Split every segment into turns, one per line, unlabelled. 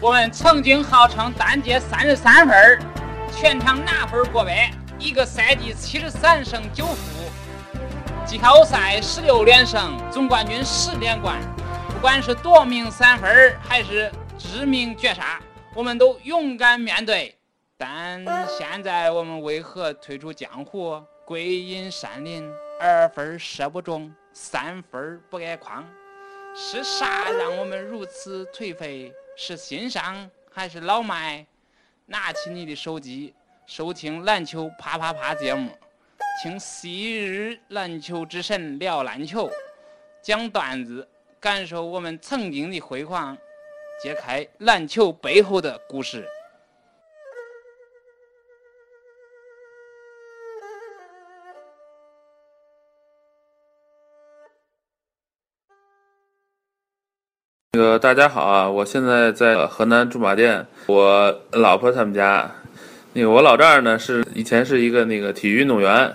我们曾经号称单节三十三分儿，全场拿分过百，一个赛季七十三胜九负，季后赛十六连胜，总冠军十连冠。不管是夺命三分儿还是致命绝杀，我们都勇敢面对。但现在我们为何退出江湖，归隐山林？二分射不中，三分不挨框，是啥让我们如此颓废？是心伤还是老迈？拿起你的手机，收听篮球啪啪啪节目，听昔日篮球之神聊篮球，讲段子，感受我们曾经的辉煌，揭开篮球背后的故事。
那个大家好啊，我现在在呃河南驻马店，我老婆他们家。那个我老丈人呢是以前是一个那个体育运动员，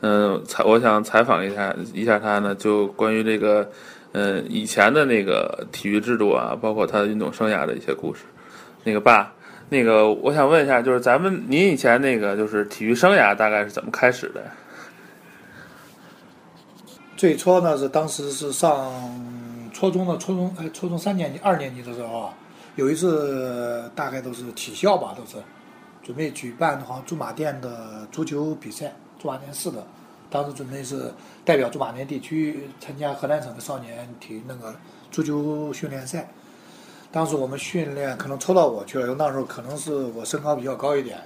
嗯，采我想采访一下一下他呢，就关于这个，嗯，以前的那个体育制度啊，包括他的运动生涯的一些故事。那个爸，那个我想问一下，就是咱们您以前那个就是体育生涯大概是怎么开始的呀？
最初呢是当时是上初中的初中呃初中三年级二年级的时候啊，有一次大概都是体校吧，都是准备举办好像驻马店的足球比赛，驻马店市的，当时准备是代表驻马店地区参加河南省的少年体育那个足球训练赛。当时我们训练可能抽到我去了，因为那时候可能是我身高比较高一点，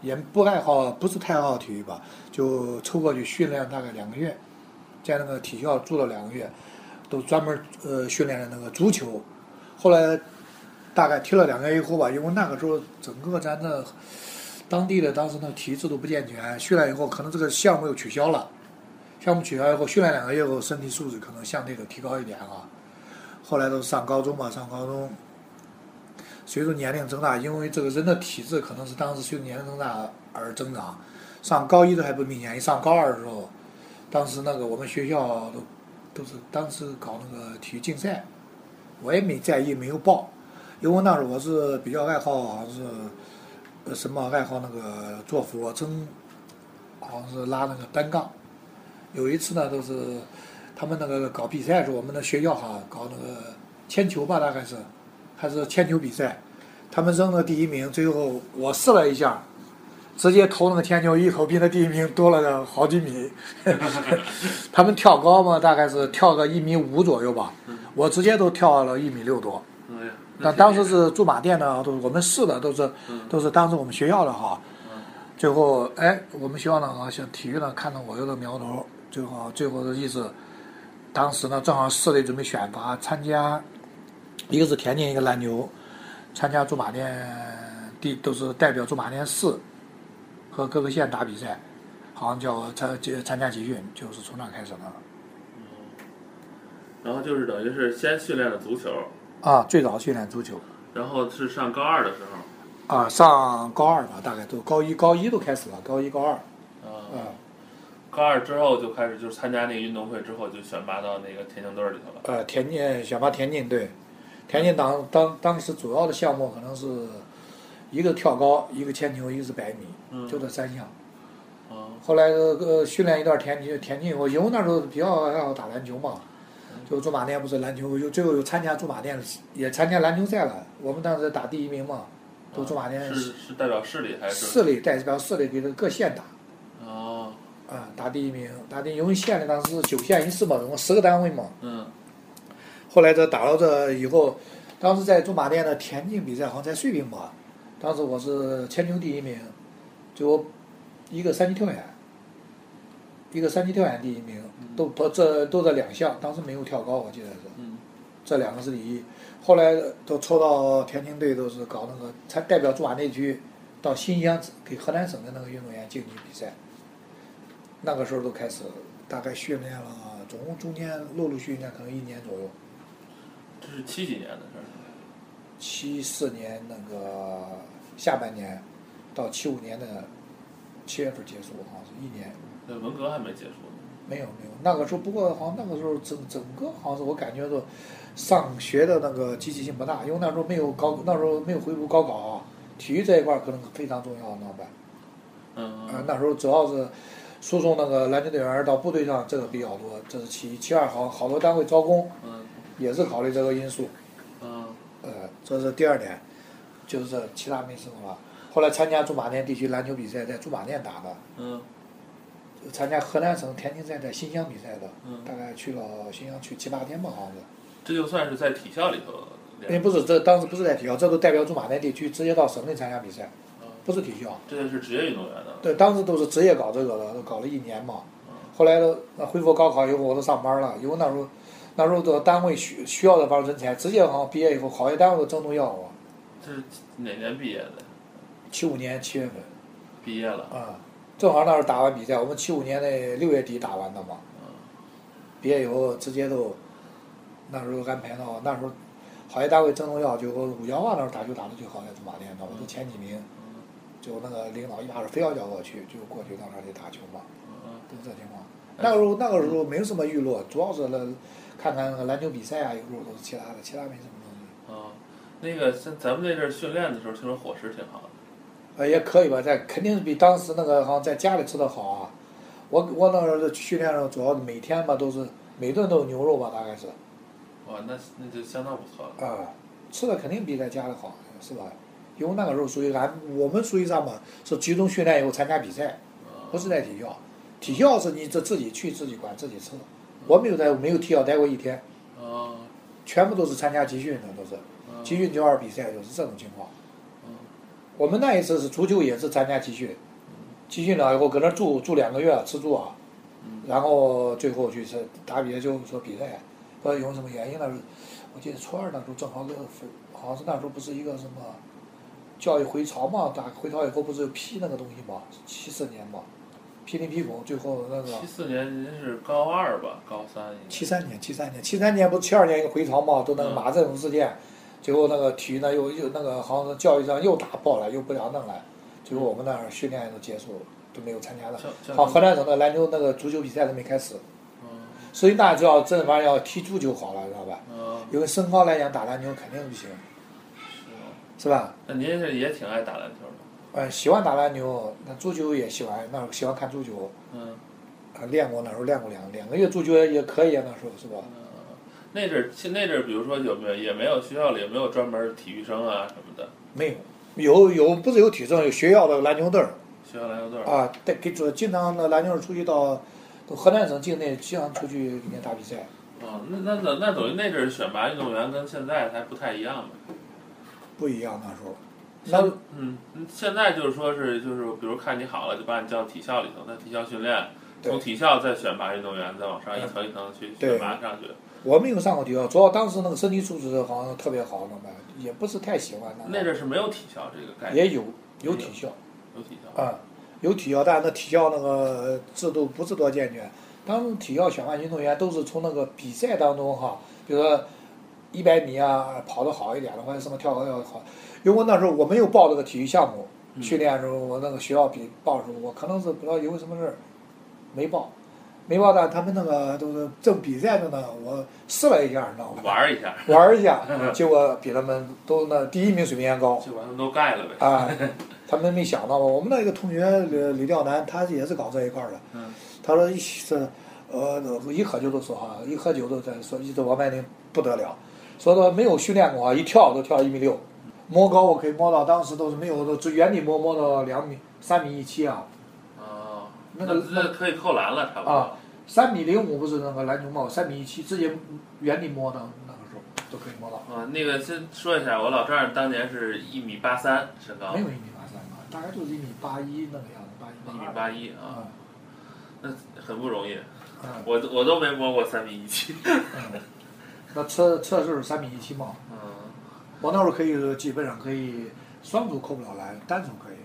也不爱好不是太爱好体育吧，就抽过去训练大概两个月。在那个体校住了两个月，都专门呃训练了那个足球。后来大概踢了两个月以后吧，因为那个时候整个咱的当地的当时那个体育制度不健全，训练以后可能这个项目又取消了，项目取消以后训练两个月后，身体素质可能相对的提高一点啊。后来都上高中嘛，上高中。随着年龄增大，因为这个人的体质可能是当时随着年龄增大而增长。上高一的还不明显，一上高二的时候，当时那个我们学校啊都都是当时搞那个体育竞赛，我也没在意，没有报，因为那时候我是比较爱好，好像是呃什么爱好那个做俯卧撑，好像啊是拉那个单杠。有一次呢，都是他们那个搞比赛的时候，我们的学校哈搞那个铅球吧，大概是还是铅球比赛，他们扔了第一名，最后我试了一下，直接投那个铅球，一口比那第一名多了个好几米。他们跳高嘛，大概是跳个一米五左右吧，我直接都跳了一米六多。
哎呀，
那当时是驻马店的，都是我们市的，都是都是当时我们学校的哈。最后，哎，我们学校呢，好像体育呢，看到我有个苗头，最后最后的意思，当时呢，正好市里准备选拔参加，一个是田径，一个篮球，参加驻马店地都是代表驻马店市和各个县打比赛，好像叫我参参加集训，就是从那开始的。
然后就是等于是先训练了足球，
啊，最早训练足球
然后是上高二的时候，
啊，上高二吧，大概都高一高一都开始了，高一高二，
啊
嗯，
高二之后就开始就是参加那个运动会之后就选拔到那个田径队儿里头了。
呃，田径选拔田径队，田径当当当时主要的项目可能是一个跳高，一个铅球，一个是百米，
嗯
就这三项。
啊，
后来呃训练一段田径田径以后，因为那时候比较爱好打篮球嘛，
嗯
就驻马店不是篮球，又最后又参加驻马店也参加篮球赛了，我们当时打第一名嘛，都驻马店
啊是是代表市里还是？
市里代表市里给这各县打。
哦，
啊，打第一名，打第一名，因为县里当时九县一市嘛，总共十个单位嘛。
嗯，
后来这打到这以后，当时在驻马店的田径比赛，好像在绥平吧，当时我是铅球第一名，就一个三级跳远，一个三级跳远第一名，都不这都这两项，当时没有跳高，我记得是，
嗯
这两个是第一。后来都抽到田径队，都是搞那个，才代表驻马店区到新乡给河南省的那个运动员竞技比赛。那个时候都开始，大概训练了，总共中间陆陆续续练可能一年左右。
这是七几年的事儿。
七四年那个下半年到七五年的七月份结束，好像是一年。
对，文革还没结束呢。
没有没有，那个时候不过好像那个时候整整个好像是我感觉说，上学的那个积极性不大，因为那时候没有高那时候没有恢复高考啊，体育这一块儿可能非常重要，老板。
嗯
啊，那时候主要是输送那个篮球队员到部队上，这个比较多，这是其一。其二，好好多单位招工
嗯
也是考虑这个因素，
嗯
呃，这是第二点，就是这其他没什么了。后来参加驻马店地区篮球比赛，在驻马店打的，
嗯
参加河南省田径赛在新乡比赛的，
嗯，
大概去了新乡去七八天吧，好像是。
这就算是在体校里头练
那不是这当时不是在体校，这都代表驻马店地区直接到省内参加比赛，
嗯
不是体校。
这就是职业运动员的。
对，当时都是职业搞这个的，都搞了一年嘛
嗯。
后来呢，那恢复高考以后，我都上班了。因为那时候，那时候这个单位需需要这帮人才，直接好像毕业以后，好些单位都争着要我。
这是哪年毕业的？
七五年七月份
毕业了。
啊、正好那时候打完比赛，我们七五年的六月底打完的嘛。毕业以后直接都，那时候安排到那时候，好些单位争着要，就五幺啊那时候打球打的最好，在驻马店，那我都前几名。就那个领导一拉着非要叫我去，就过去到那里打球嘛。
嗯
都是这情况。那个时候那个时候没有什么娱乐，主要是那看看那个篮球比赛啊，有时候都是其他的，其他没什么东西。
嗯嗯，那个像咱们那阵儿训练的时候，听说伙食挺好的。
呃，也可以吧，在肯定是比当时那个好像在家里吃的好啊。我我那时候训练上主要每天吧都是每顿都有牛肉吧，大概是
哇，那那就相当不错了。
啊、吃的肯定比在家里好，是吧？因为那个时候属于俺我们属于啥嘛，是集中训练以后参加比赛，不
嗯
是在体校。体校是你这自己去自己管自己吃，我没有在没有体校待过一天，
嗯
全部都是参加集训的，都是。
嗯
集训就二比赛，就是这种情况。
嗯
我们那一次是足球也是参加集训，集训了以后搁那住住两个月吃住啊，
嗯
然后最后去是打比赛就说比赛，不知道有什么原因那时候，我记得初二那时候正好那个分好像是那时候不是一个什么教育回潮嘛，打回潮以后不是批那个东西嘛，七四年嘛，批林批孔，最后那个
七四年您是高二吧？高三应该？
七三年，七三年，七三年不是七二年一个回潮嘛，都那个
嗯
马振龙事件，最后那个体育呢又又那个好像是教育上又打爆了，又不想弄了，最后我们那儿训练都结束了，都没有参加了。
像像
好，河南省的篮球那个足球比赛都没开始，
嗯
所以那就要这玩意儿要踢足球好了，知道吧？
嗯
因为身高来讲打篮球肯定不行，
是吗。
是吧？
那您是也挺爱打篮球的？
嗯，喜欢打篮球，那足球也喜欢，那时候喜欢看足球，
嗯。
啊，练过那时候练过两两个月足球也可以啊，那时候是吧？
那阵儿，其那阵儿，比如说有没有也没有学校里也没有专门儿体育生啊什么的，
没有，有有不是有体政，有学校的篮球队儿。
学校篮球队儿。
啊，带给主经常的篮球出去到到河南省境内，经常出去给人家打比赛。
哦，那那那那等于那阵儿选拔运动员跟现在还不太一样吧？
不一样那时候，
像
那
嗯，现在就是说是就是，比如看你好了，就把你叫到体校里头，在体校训练，
对
从体校再选拔运动员，再往上一层一层去
对
选拔上去。
我没有上过体校，主要当时那个身体素质好像特别好，那么也不是太喜欢
那
个
阵儿是没有体校这个概念，
也有有体校
有体校。
啊、有体校，但是那体校那个制度不是多健全。当时体校选拔运动员都是从那个比赛当中哈，比如说一百米啊跑得好一点的，或者什么跳得好，因为那时候我没有报这个体育项目，
嗯
训练的时候，我那个学校比报的时候，我可能是不知道因为什么事儿没报，没报但他们那个都是正比赛着呢，我试了一下，你知道吗？
玩儿一下，
玩儿一下，结果比他们都那第一名水平还高
就把他们都盖了呗。
啊！他们没想到吧？我们那一个同学李李调南，他也是搞这一块儿的，
嗯
他说一是呃一喝酒的时候啊，一喝酒的在说，一直王曼玲不得了，说的没有训练过啊，一跳都跳一米六，摸高我可以摸到，当时都是没有，都原地摸摸到两米三米一七啊，
哦，
那
那
个
那可以扣篮了，差不
啊
多。
三米零五不是那个篮球帽，三米一七直接原地摸的，那个时候都可以摸到，
啊，那个先说一下，我老丈人当年是一米八三身高
没，有一米八三啊，大概就是一米八一那个样子，八
一
一
米
八二。
八一啊，
啊
那很不容易。
嗯，
我我都没摸过三米一 七。
嗯那测测试是三米一七嘛，
嗯，
我那时候可以基本上可以双手扣不了篮，单手可以。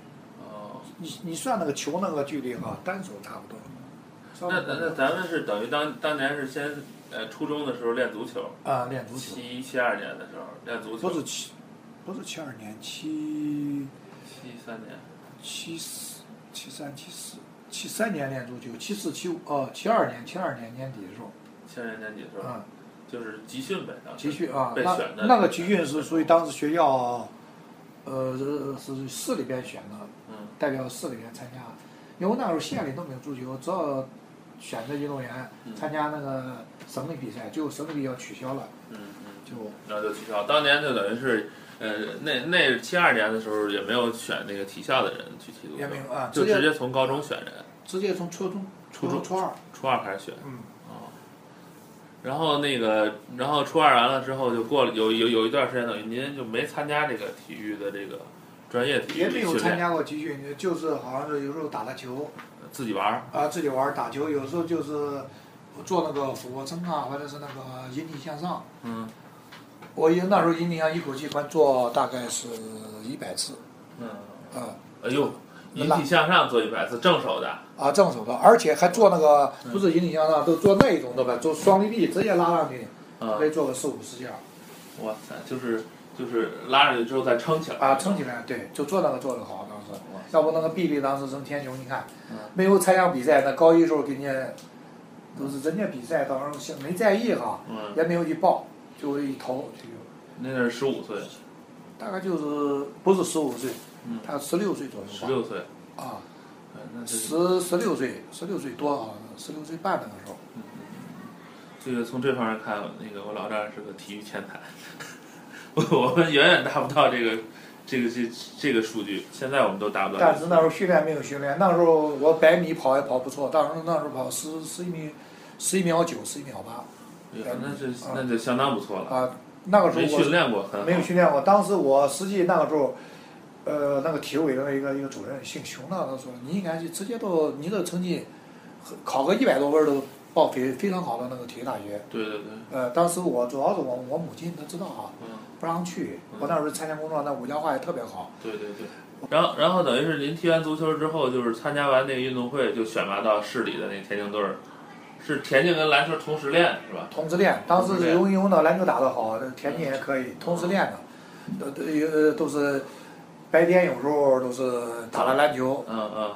哦，
你你算那个球那个距离哈，单手差不多。
那那那咱们是等于当当年是先呃初中的时候练足球，
啊，练足球
七一七二年的时候练足球，
不是七，不是七二年，七
七三年，
七四、七三、七四，七三年练足球，七四七五哦，七二年七二年年底的时候，
千人年底是吧？
嗯，
就是啊集训呗，当时
集训啊，
被
那
选的
那个集训是属于当时学校，呃，是是市里边选的，
嗯
代表市里边参加，因为那时候县里都没有足球，只要选择运动员
嗯
参加那个省里比赛，最后省里比赛取消了，
嗯嗯。
就
然后就取消。当年就等于是，呃，那那七二年的时候也没有选那个体校的人去踢足
也没
球，
有啊，
就
直
直
接
接从高中选人，
直接从初中、初
初中
中、初二，
初二开始选
嗯，
啊。然后那个，然后初二完了之后，就过了有有有一段时间，等于您就没参加这个体育的这个专业体育
也没有
训
参
练，
加过集训，就是好像是有时候打打球
自己玩儿。
啊，自己玩儿打球，有时候就是做那个俯卧撑啊，或者是那个引体向上。
嗯
我一那时候引体向上一口气关做大概是一百次，
嗯。
啊、
哎呦，引
那
体向上做一百次，正手的。
啊，正手的，而且还做那个
嗯
不是引体向上，都做那一种的吧，做双立臂直接拉上去，
嗯
可以做个四五十下
哇塞，就是就是拉上去之后再撑起来。
啊，撑起来，对，就做那个做的好，当时，
哇
要不那个臂力当时成天球，你看
嗯，
没有参加比赛，那高一时候给人家都是人家比赛，到时候想没在意哈，
嗯，
也没有一报，就一投，就
那是十五岁，
大概就是不是十五岁，
嗯，
他十六岁左
十
右
六岁，
吧，啊，
哎那这
十十六岁，十六岁多啊，十六岁半那个时候。
这个从这方面看，那个我老丈人是个体育天才， 我我们远远达不到这个这个这这个数据，现在我们都达不到。
但是那时候训练没有训练，那时候我百米跑也跑不错，当时那时候跑十十一米，十一秒九，十一秒八
哎呀那是那就相当不错了，
啊。那啊个时
没
候
训
我
练过很好。
没有训练过，当时我实际那个时候，呃，那个体委的一个一个主任姓熊的，他说你应该去直接到你的成绩，考个一百多分儿都报非非常好的那个体育大学。
对对对，
呃，当时我主要是我我母亲她知道啊，
嗯，
不让去。我那时候参加工作，那武家话也特别好。
对对对。然后，然后等于是您踢完足球之后，就是参加完那个运动会，就选拔到市里的那个田径队儿，是田径跟篮球同时练是吧？
同时练，当时
同时
是
练
由于我呢篮球打得好，田径也可以，同时练的，都都呃都是白天有时候都是打了篮球，
嗯嗯。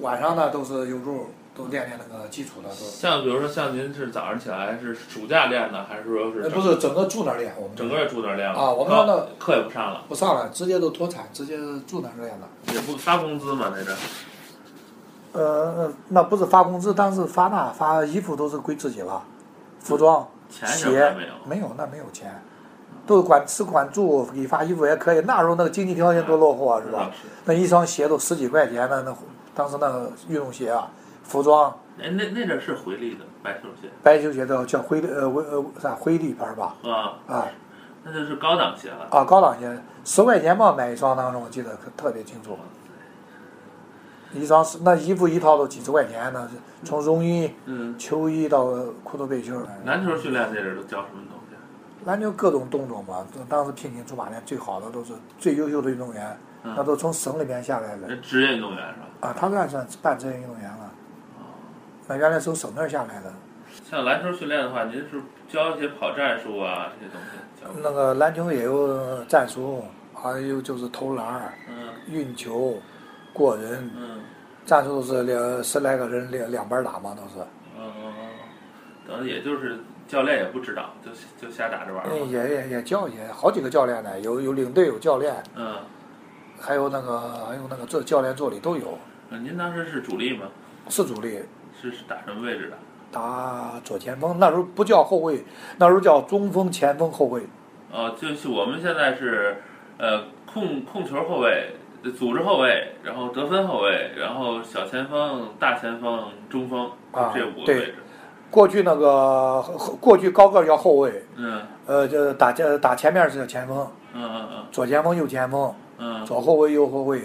晚上呢都是有时候都练练那个基础的，都
像比如说像您是早上起来是暑假练的，还是说是
呃不是整个住那儿练，我们
整个住那儿练了
啊我们那儿
课课也不上了，
不上了，直接都脱产，直接住那儿练的。
也不发工资嘛，在这儿。
呃，那不是发工资，当时发那发衣服都是归自己了，服装、
钱什么
鞋啊
也没有。
没有，那没有钱，都是管吃管住，给发衣服也可以。那时候那个经济条件多落后啊，是吧？
是
那一双鞋都十几块钱呢，那当时那个运动鞋啊，服装
哎，那那阵儿是回力的白球鞋
白球鞋都叫灰呃灰呃啥灰地牌儿吧，
啊，
啊
那就是高档鞋了。
啊高档鞋，十块钱吧买一双，当时我记得可特别清楚，一双是那衣服一套都几十块钱呢，是从绒衣、
嗯，
秋衣到裤头背心儿。
篮球训练那阵儿都教什么东西？啊
篮球各种动作嘛，当时聘请驻马店最好的都是最优秀的运动员，
嗯
那都从省里边下来的
那职业运动员是吧？
啊，他们算半职业运动员了，那原来从省那儿下来的。
像篮球训练的话，您是教一些跑战术啊这些东西教吗？
那个篮球也有战术，还有就是投篮儿、
嗯
运球、过人，
嗯
战术是两十来个人两两班打嘛，都是，
嗯嗯嗯，等于也就是教练也不指导，就就瞎打着玩儿
嗯
嘛。
也也也教也好几个教练呢，有有领队，有教练，
嗯。
还有那个还有那个这教练助理都有，
呃您当时是主力吗？
是主力
是是打什么位置的？
打左前锋，那时候不叫后卫，那时候叫中锋、前锋、后卫，
哦，就是我们现在是，呃，控控球后卫、组织后卫，然后得分后卫，然后小前锋、大前锋、中锋，
啊
这五个
对
位置。
过去那个后过去高个儿叫后卫，
嗯
呃，这打这打前面是前锋，
嗯嗯
左前锋、右前锋。
嗯嗯，
左后卫、右后卫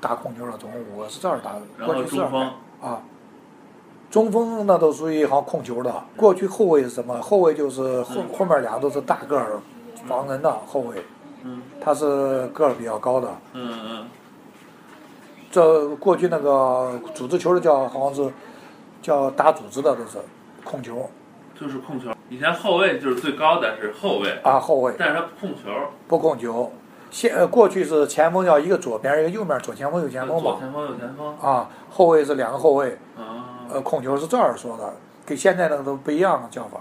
打控球了，总共五个是这样打的。
然
过
后
去是
中
这样
锋，
打啊，中锋那都属于好像控球的。过去后卫是什么？后卫就是后后面俩都是大个儿防人的后卫，
嗯
他是个儿比较高的。
嗯嗯
这过去那个组织球的叫好像是叫打组织的都是控球
嗯，就是控球。以前后卫就是最高的是后卫，
啊，后卫
但是他不控球，
不控球，现呃过去是前锋要一个左边一个右面，左前锋右前锋
呃左
嘛，
前锋右前锋
啊，后卫是两个后卫，
啊，
呃，控球是这样说的，跟现在那个都不一样的叫法，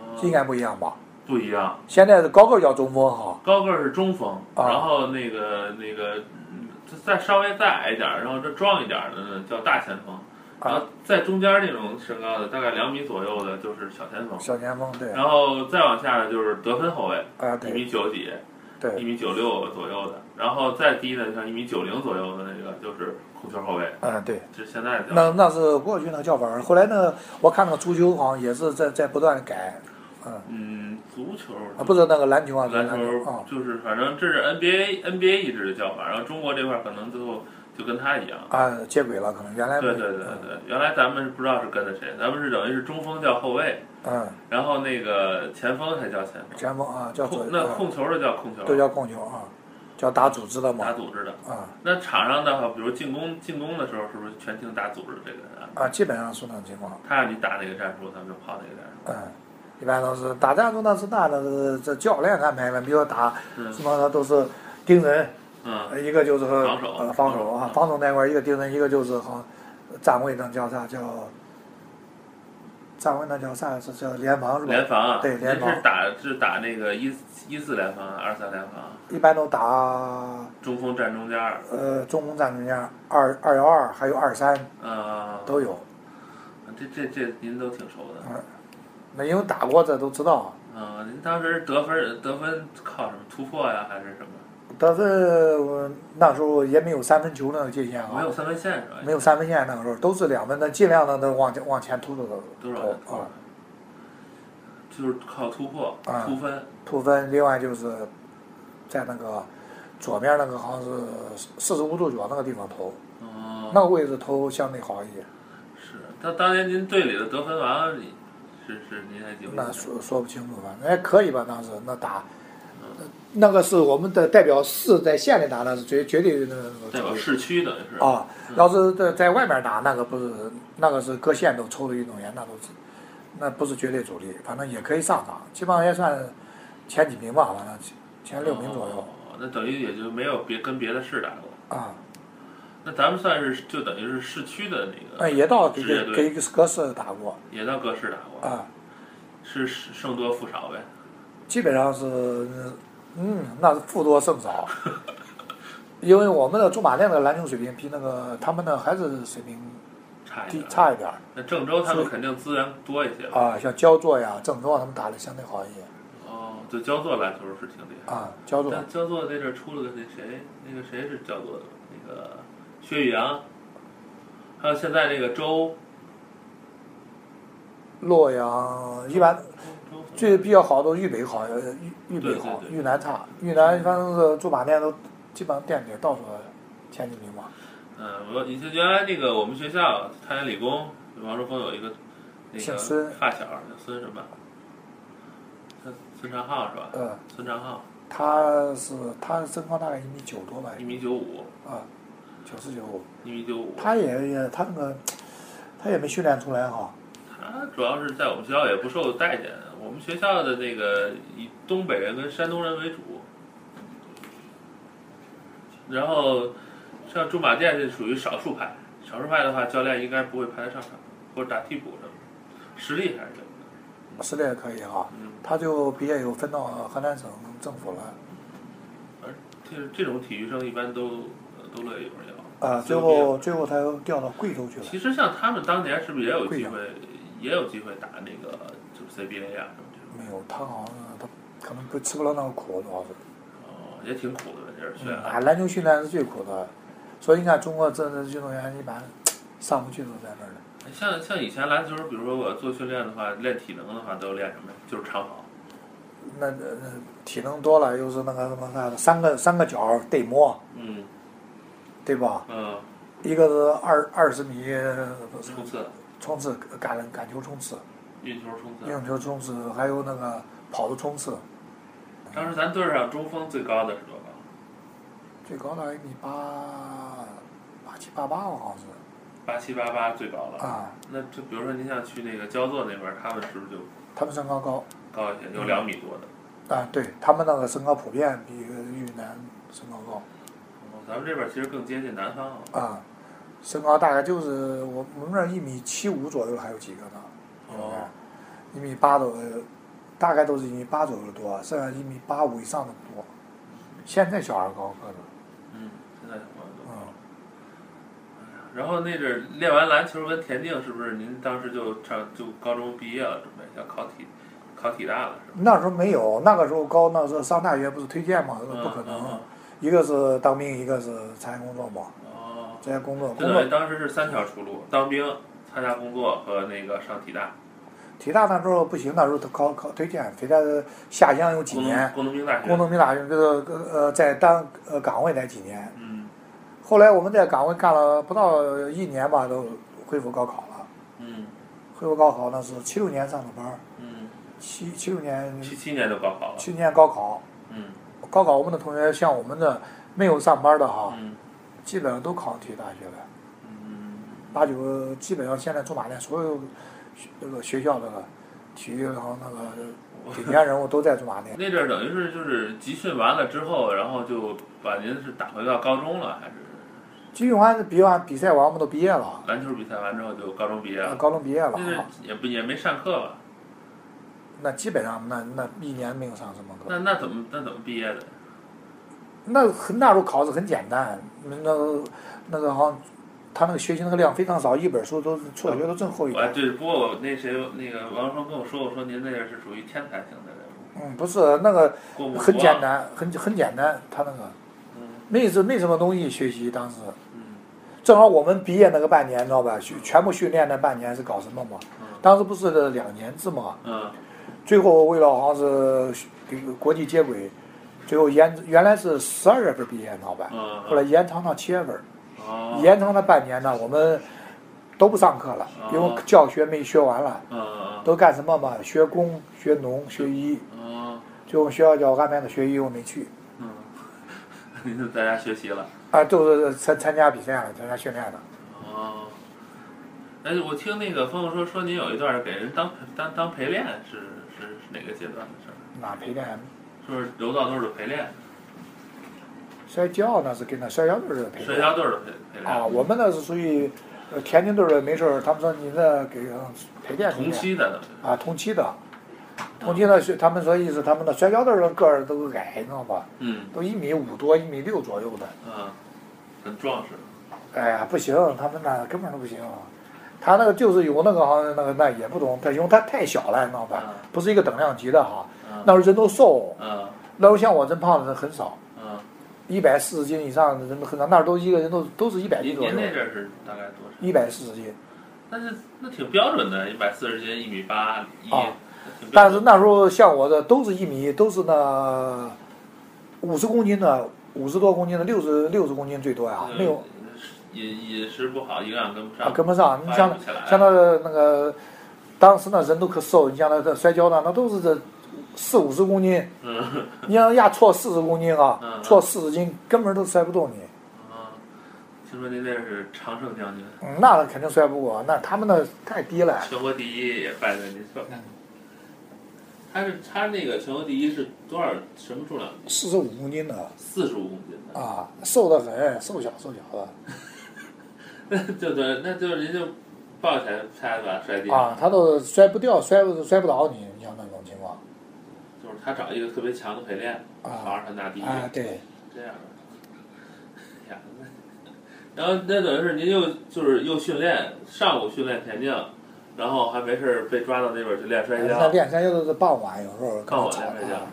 嗯
应该不一样吧？
不一样。
现在是高个叫中锋哈，
高个儿是中锋，
啊
然后那个那个嗯再稍微再矮一点儿，然后这壮一点儿的呢叫大前
啊
锋，然后在中间那种身高的大概两米左右的就是小前锋，
小前锋对，
然后再往下的就是得分后卫，
啊
一
对
米九几，一
对，
米九六左右的，然后再低的像一米九零左右的那个就是控球后卫，
嗯对。
这是现在的
那那是过去那个叫法儿，后来呢，我看看足球好像也是在在不断地改，
嗯足球
啊，不是那个篮球啊，
篮
球
球
啊，
就是反正这是 NBA NBA 一直的叫法，然后中国这块儿可能最后就跟他一样。
啊，接轨了，可能原来
对对对对，原来咱们是不知道是跟的谁，咱们是等于是中锋叫后卫，
嗯，
然后那个前锋才叫前锋，
前锋啊叫左
控，那控球的叫控球，
都叫控球啊，叫打组织的
打
嘛，
组织的。
啊
那场上的话，比如进攻进攻的时候，是不是全听打组织这个人啊？
啊，基本上是那种情况，
他让你打哪个战术，咱们就跑哪个战术。
嗯，一般都是打战术那是那的这教练安排的，比如打什
嗯
么的都是盯人，
嗯，
一个就是
防守嗯
呃防守啊，防守那块儿一个盯人，一个就是好像站位那叫啥叫站位那叫啥是叫联防是吧？
联防啊，
对联防
您是打是打那个一一四联防啊，二三联防啊，
一般都打
中锋站中间儿，
呃中锋站中间二二幺二还有二三
啊，
都有。
这这这您都挺熟的。
那因为打过这都知道，
嗯，您当时得分得分靠什么突破呀，还是什么？
但是我那时候也没有三分球那个界限
没
啊
有，三分线是吧？
没有三分线那个时候都是两分的，尽量的能往前往前突突
多少
投
人
啊，？
就是靠突破、
啊
突分，
突分。另外就是在那个左边那个好像是四十五度角那个地方投，
嗯，
那个位置投相对好一些。
是。他当年您队里的得分王啊是是您还记不记
那
得？
说说不清楚吧，哎，可以吧？当时那打，那个是我们的代表市在县里打，那是绝绝对的那
代表
个
市区等于是。
啊。要是在在外面打，那个不是，那个是各县都抽的运动员，那都是，那不是绝对主力，反正也可以上场，基本上也算前几名吧，反正前六名左右
哦那等于也就没有别跟别的市打过。
啊。
那咱们算是就等于是市区的那
那
个，
也到给
职业
给
队
给格式打过
也到各市打过，
啊，
是胜多负少呗。
基本上是，嗯，那是负多 胜少，因为我们的驻马店的篮球水平比那个他们的还是水平
差一
低
点。
差一点儿
那郑州他
所
们
以
肯定资源多一些吧。
啊，像焦作呀、郑州啊，他们打的相对好一些
哦，对，焦作篮球是挺厉害。
啊，焦作
但焦作那阵儿出了个那谁，那个谁是焦作的？那个薛宇阳，还有现在那个周
洛阳一般
周
最比较好都豫北好，呃豫豫
对对
北好，
对
豫南差。豫南反正是驻马店都基本上垫底，到处前几名嘛。
嗯，我以前原来那个我们学校太原理工，王卓峰有一个那
姓
个
孙
发小叫孙什么？孙孙长浩是吧？
呃，
孙长浩
他是他身高大概一米九多吧
一，米九五，
啊，九十九。
一米九五。
他也也他那个他也没训练出来哈，
他啊主要是在我们学校也不受待见，我们学校的那个以东北人跟山东人为主，然后像驻马店是属于少数派，少数派的话，教练应该不会派他上场或者打替补什么的，实力还是有的。
实力也可以哈。
嗯，
他就毕业以后分到河南省政府了，
这这种体育生一般都呃都乐意有人要
啊，最
自由毕业
后最后他又调到贵州去了。
其实像他们当年是不是也有
贵
机
阳
会，也有机会打那个就是 CBA 啊什么这种，
没有，他好像他可能不吃不了那个苦，主要是。
哦，也挺苦的，这是学
嗯
啊
啊，篮球训练是最苦的，所以你看中国这这运动员一般上不去都在那儿的。
像像以前篮球，比如说我做训练的话，练体能的话，都练什么呀？就是长跑。
那那那体能多了，又是那个什么啥的，三个三个角对摸，
嗯
对吧？
嗯，
一个是二二十米
冲刺、
冲刺赶赶球冲刺，
运球、冲
运
刺。
动球冲刺，还有那个跑的冲刺，
当时咱队上中锋最高的是多高？
最高到一米八八七八八，我好像是
八七八八最高了。
啊，
那就比如说您像去那个焦作那边，他们是不是就
他们身高高
高一些，有两米多的？
啊，对他们那个身高普遍比越南身高高。
嗯哦咱们这边其实更接近南方啊。
啊，身高大概就是我我们那儿一米七五左右还有几个呢，
哦，
一米八左右，大概都是一米八左右的多，啊剩下一米八五以上的不多。现在小孩高个子，
嗯，现在小朋友多。
嗯，
然后那阵儿练完篮球跟田径，是不是您当时就上就高中毕业了，准备要考体考体大了，是吧？
那时候没有，那个时候高，那时候上大学不是推荐嘛，不可能，
嗯
一个是当兵，一个是参加工作嘛，
嗯嗯哦，
参加工作，
就
工作
等于当时是三条出路：当兵、参加工作和那个上体大。
体大那时候不行，那时候考考推荐，体大下乡有几
工
年
农，工农兵大学。
工农兵大学这个呃在单呃岗位待几年，
嗯
后来我们在岗位干了不到一年吧，都恢复高考了。
嗯
恢复高考那是七六年上的班儿，
嗯，
七七六年
七七年就高考了。
去年高考，
嗯
高考我们的同学像我们这没有上班的哈，
嗯
基本上都考体育大学了。
嗯
八九基本上现在驻马店所有学那个学校的体育然后那个顶尖人物都在驻马店。
那阵儿等于是就是集训完了之后，然后就把您是打回到高中了，还是
集训完比完比赛完，我们都毕业了，
篮球比赛完之后就高中毕业了？
高中毕业了
那阵儿
啊，
也不也没上课吧？
那基本上那那一年没有上什么课。
那那怎么那怎么毕业的？
那很那时候考试很简单，那个那个好像他那个学习那个量非常少，一本书都是辍学都正厚一
我还
点。
哎对，不过我那谁那个王双跟我说，我说您那阵儿是属于天才型的人物，
嗯，不是那个
过目不
很简
忘。
单，很很简单，他那个
嗯
没什没什么东西学习，当时
嗯
正好我们毕业那个半年，你知道吧？训全部训练那半年是搞什么嘛？当时不是两年制嘛？
嗯
最后为了好像是这个国际接轨，最后延原来是十二月份毕业，你知道吧？
嗯。
后来延长到七月份。
哦。
延长了半年呢，我们都不上课了，
啊
因为教学没学完了，
嗯嗯嗯
都干什么嘛？学工、学农、学医。
嗯
就我们学校叫我安排的学医，我没去
嗯，您 就在嗯家学习了。
啊，就是参参加比赛了，参加训练了。
哦，哎，我听那个朋友说说您有一段给人当当当陪练是是是哪个阶段的事儿？
哪陪练？
是不是柔道队儿的陪练，
摔跤那是跟那摔跤队儿的陪
摔
练
跤队儿的陪陪练？
啊，我们那是属于呃田径队儿的，没事儿，他们说你那给人陪练
同期的，
啊，同期的。同期的是他们说意思，他们的摔跤队儿的个儿都矮，你知道吧？
嗯
都一米五多、一米六左右的。
嗯，很壮实。
哎呀，不行，他们那根本都不行。他那个就是有那个好像那个那也不懂，他因为他太小了，你知道吧？
嗯
不是一个等量级的哈。那
嗯
时候人都瘦，
嗯
那时候像我这么胖的人很少，
嗯，
一百四十斤以上的人很少。那时候都一个人都都是一百斤
您
左
您那
右，
阵儿是大概多少？
啊一百四十斤。
但是那挺标准的，一百四十斤，一米八一
啊。
挺标
但是
准
那时候像我的都是一米，都是那五十公斤的，五十多公斤的，六十六十公斤最多呀、
嗯
啊没有
饮饮食不好，营养跟不
啊
上，
跟不上。你
发
像
育不起来。
像那个那个，当时那人都可瘦，你像那个摔跤的，那都是这四五十公斤，
嗯
你像压错四十公斤啊
嗯，
错四十斤根本都摔不动你。
啊，听说您那是常胜将军。
嗯，那肯定摔不过，那他们那太低了。
全国第一也败在您手。他是他那个全国第一是多少什么重量？
四十五公斤的
四十五公斤的。
啊，瘦得很，瘦小瘦小的
那 就对，那就是您就抱起来拍吧，摔地上。
啊，他都摔不掉，摔不摔不倒你，你像那种情况
就是他找一个特别强的陪练，好
啊
让他拿第一，
啊，对，
这样的。呀，那然后那等于是您又就是又训练，上午训练田径，然后还没事儿被抓到那边儿去练摔
那
跤，
练摔跤都是傍晚，有时候
傍晚
吵
练摔跤
啊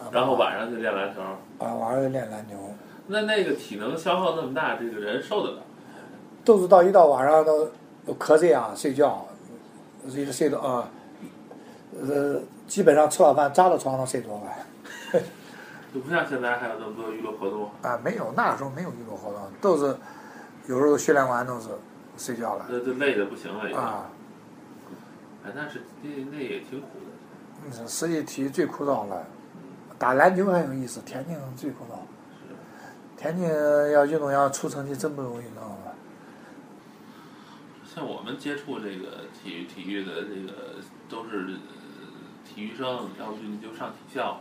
啊
然后晚上去练篮球。
啊晚上练篮球。
那那个体能消耗那么大，这个人受得了？
都是到一到晚上都都瞌睡啊，睡觉，一直睡到啊，呃，基本上吃了饭扎到床上睡着了。
就不像现在还有那么多娱乐活动，
啊，没有，那时候没有娱乐活动，都是有时候训练完都是睡觉了
那就累的不行了已经。
啊。
哎，那是那那也挺苦的，
嗯实际体育最枯燥了，打篮球还有意思，田径最枯燥。田径要运动员出成绩真不容易，你知道吗？
像我们接触这个体育体育的这个都是呃体育生，要不你就上体校，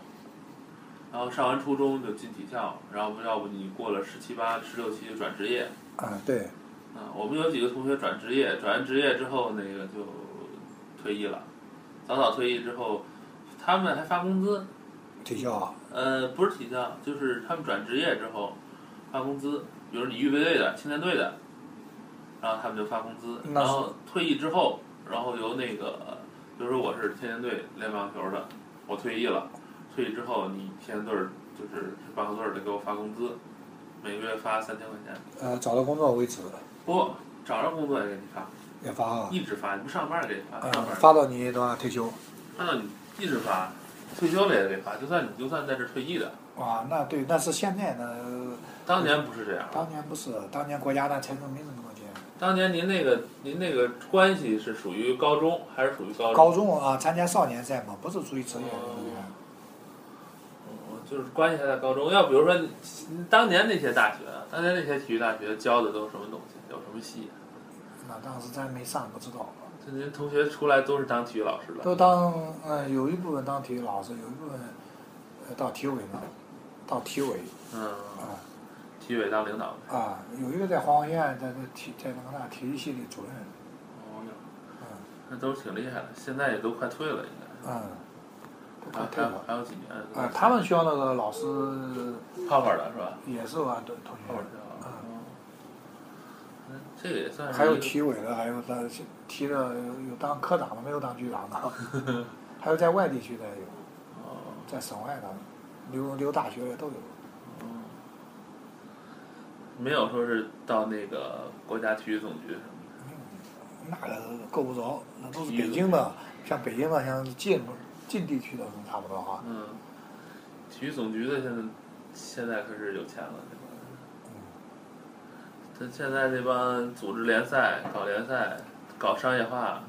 然后上完初中就进体校，然后不要不你过了十七八、十六七就转职业。
啊，对，
啊，我们有几个同学转职业，转完职业之后那个就退役了，早早退役之后，他们还发工资，
体校啊，
呃，不是体校，就是他们转职业之后发工资，比如你预备队的、青年队的，然后他们就发工资，
那
然
是
后退役之后，然后由那个，比如说我是青年队练棒球的，我退役了，退役之后你青年队儿就是棒球队儿的给我发工资，每个月发三千块钱，
呃，找到工作为止
不找着工作也给你发。
也发啊，
一直发，你不上班儿也得发，
呃
上班儿
发到你多少退休
看到你一直发，退休了也得发，就算你就算在这退役的，
啊，那对，那是现在呢，
当年不是这样，
当年不是，当年国家那财政没什么东西，
当年您那个您那个关系是属于高中还是属于高中？
高中啊参加少年赛嘛，不是属于职业
哦
的，
嗯就是关系还在高中。要比如说你当年那些大学，当年那些体育大学教的都是什么东西，有什么系？
那当时咱没上不知道。
就您同学出来都是当体育老师的，
都当呃有一部分当体育老师，有一部分呃到体委呢，到体委
嗯，
啊
体委当领导的。
啊，有一个在黄花学院，在在体在那个那体育系的主任，
哦哟，那都挺厉害的，现在也都快退了，应该。
嗯嗯，都快
还
退了
还有几年？
啊，他们学校那个老师
泡泡的是吧？
也是我同同
哦
学，
是吧嗯这个也算是
啊还有
一个
体委的，还有当踢的有当科长的，没有当局长的， 还有在外地区的有，
哦
在省外的，留留大学的都有。
嗯没有说是到那个国家体育总局什么
那个够不着，那都是北京的，像北京的，像近近地区的都差不多
的
哈。
嗯，体育总局的现在现在可是有钱了，这帮人。这现在这帮组织联赛、搞联赛、搞商业化，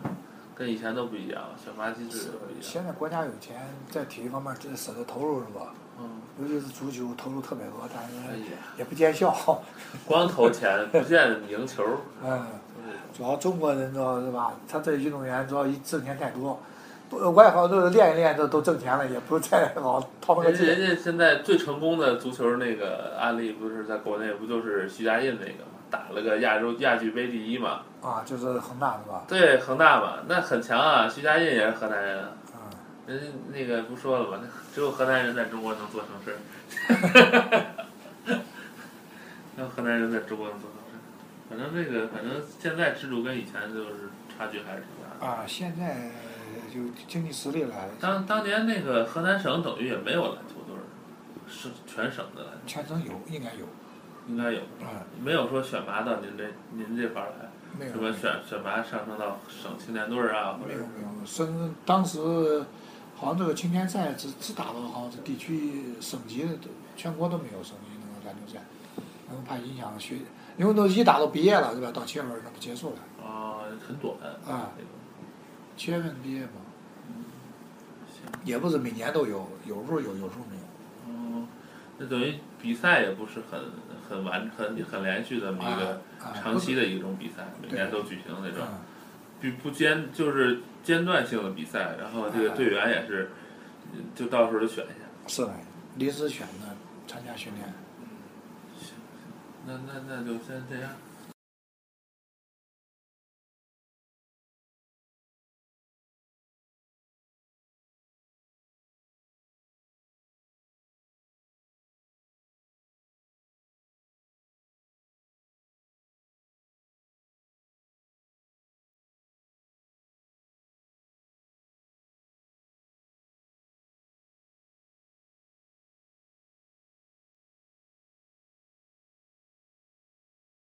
跟以前都不一样，选拔机制也不一样。
现在国家有钱，在体育方面这舍得投入是吧？
嗯，
尤其是足球投入特别多，但
哎
是
呀，
也不见效。
光投钱不见赢球，
嗯，
就是
主要中国人主要是吧，他这运动员主要一挣钱太多，不外行都是练一练都都挣钱了，也不再往掏那个
人家
劲。
哎人家现在最成功的足球那个案例，不是在国内不就是徐家印那个嘛，打了个亚洲亚俱杯第一嘛？
啊，就是恒大是吧？
对，恒大嘛，那很强啊，徐家印也是河南人啊，
嗯，
人家那个不说了吧，那只有河南人在中国能做成事儿， 只有河南人在中国能做成事儿。反正这个，反正现在制度跟以前就是差距还是挺大的。
啊，现在就经济实力了，
当当年那个河南省等于也没有篮球队儿，是全省的篮球
全程有应该有，
应该有。
嗯，
没有说选拔到您这您这块儿来，
没有
什么选选拔上升到省青年队儿啊，或
没
者
有没有，深圳当时好像这个青年赛只只打到好像是地区省级的，都全国都没有省级那个篮球赛，然后怕影响学，因为都一打到毕业了，对吧？到七月份儿那不结束了，
啊、很短
啊
那种
七月份毕业嘛，
行，
也不是每年都有，有时候有，有时候没有。
嗯，那等于比赛也不是很很完很很连续的这么一个
啊，
长期的一种比赛，每年都举行那
嗯
种，不不间就是间断性的比赛，然后这个
啊
队员也是就到时候就选一下。
是的，临时选的参加训练。
那那那就先这样，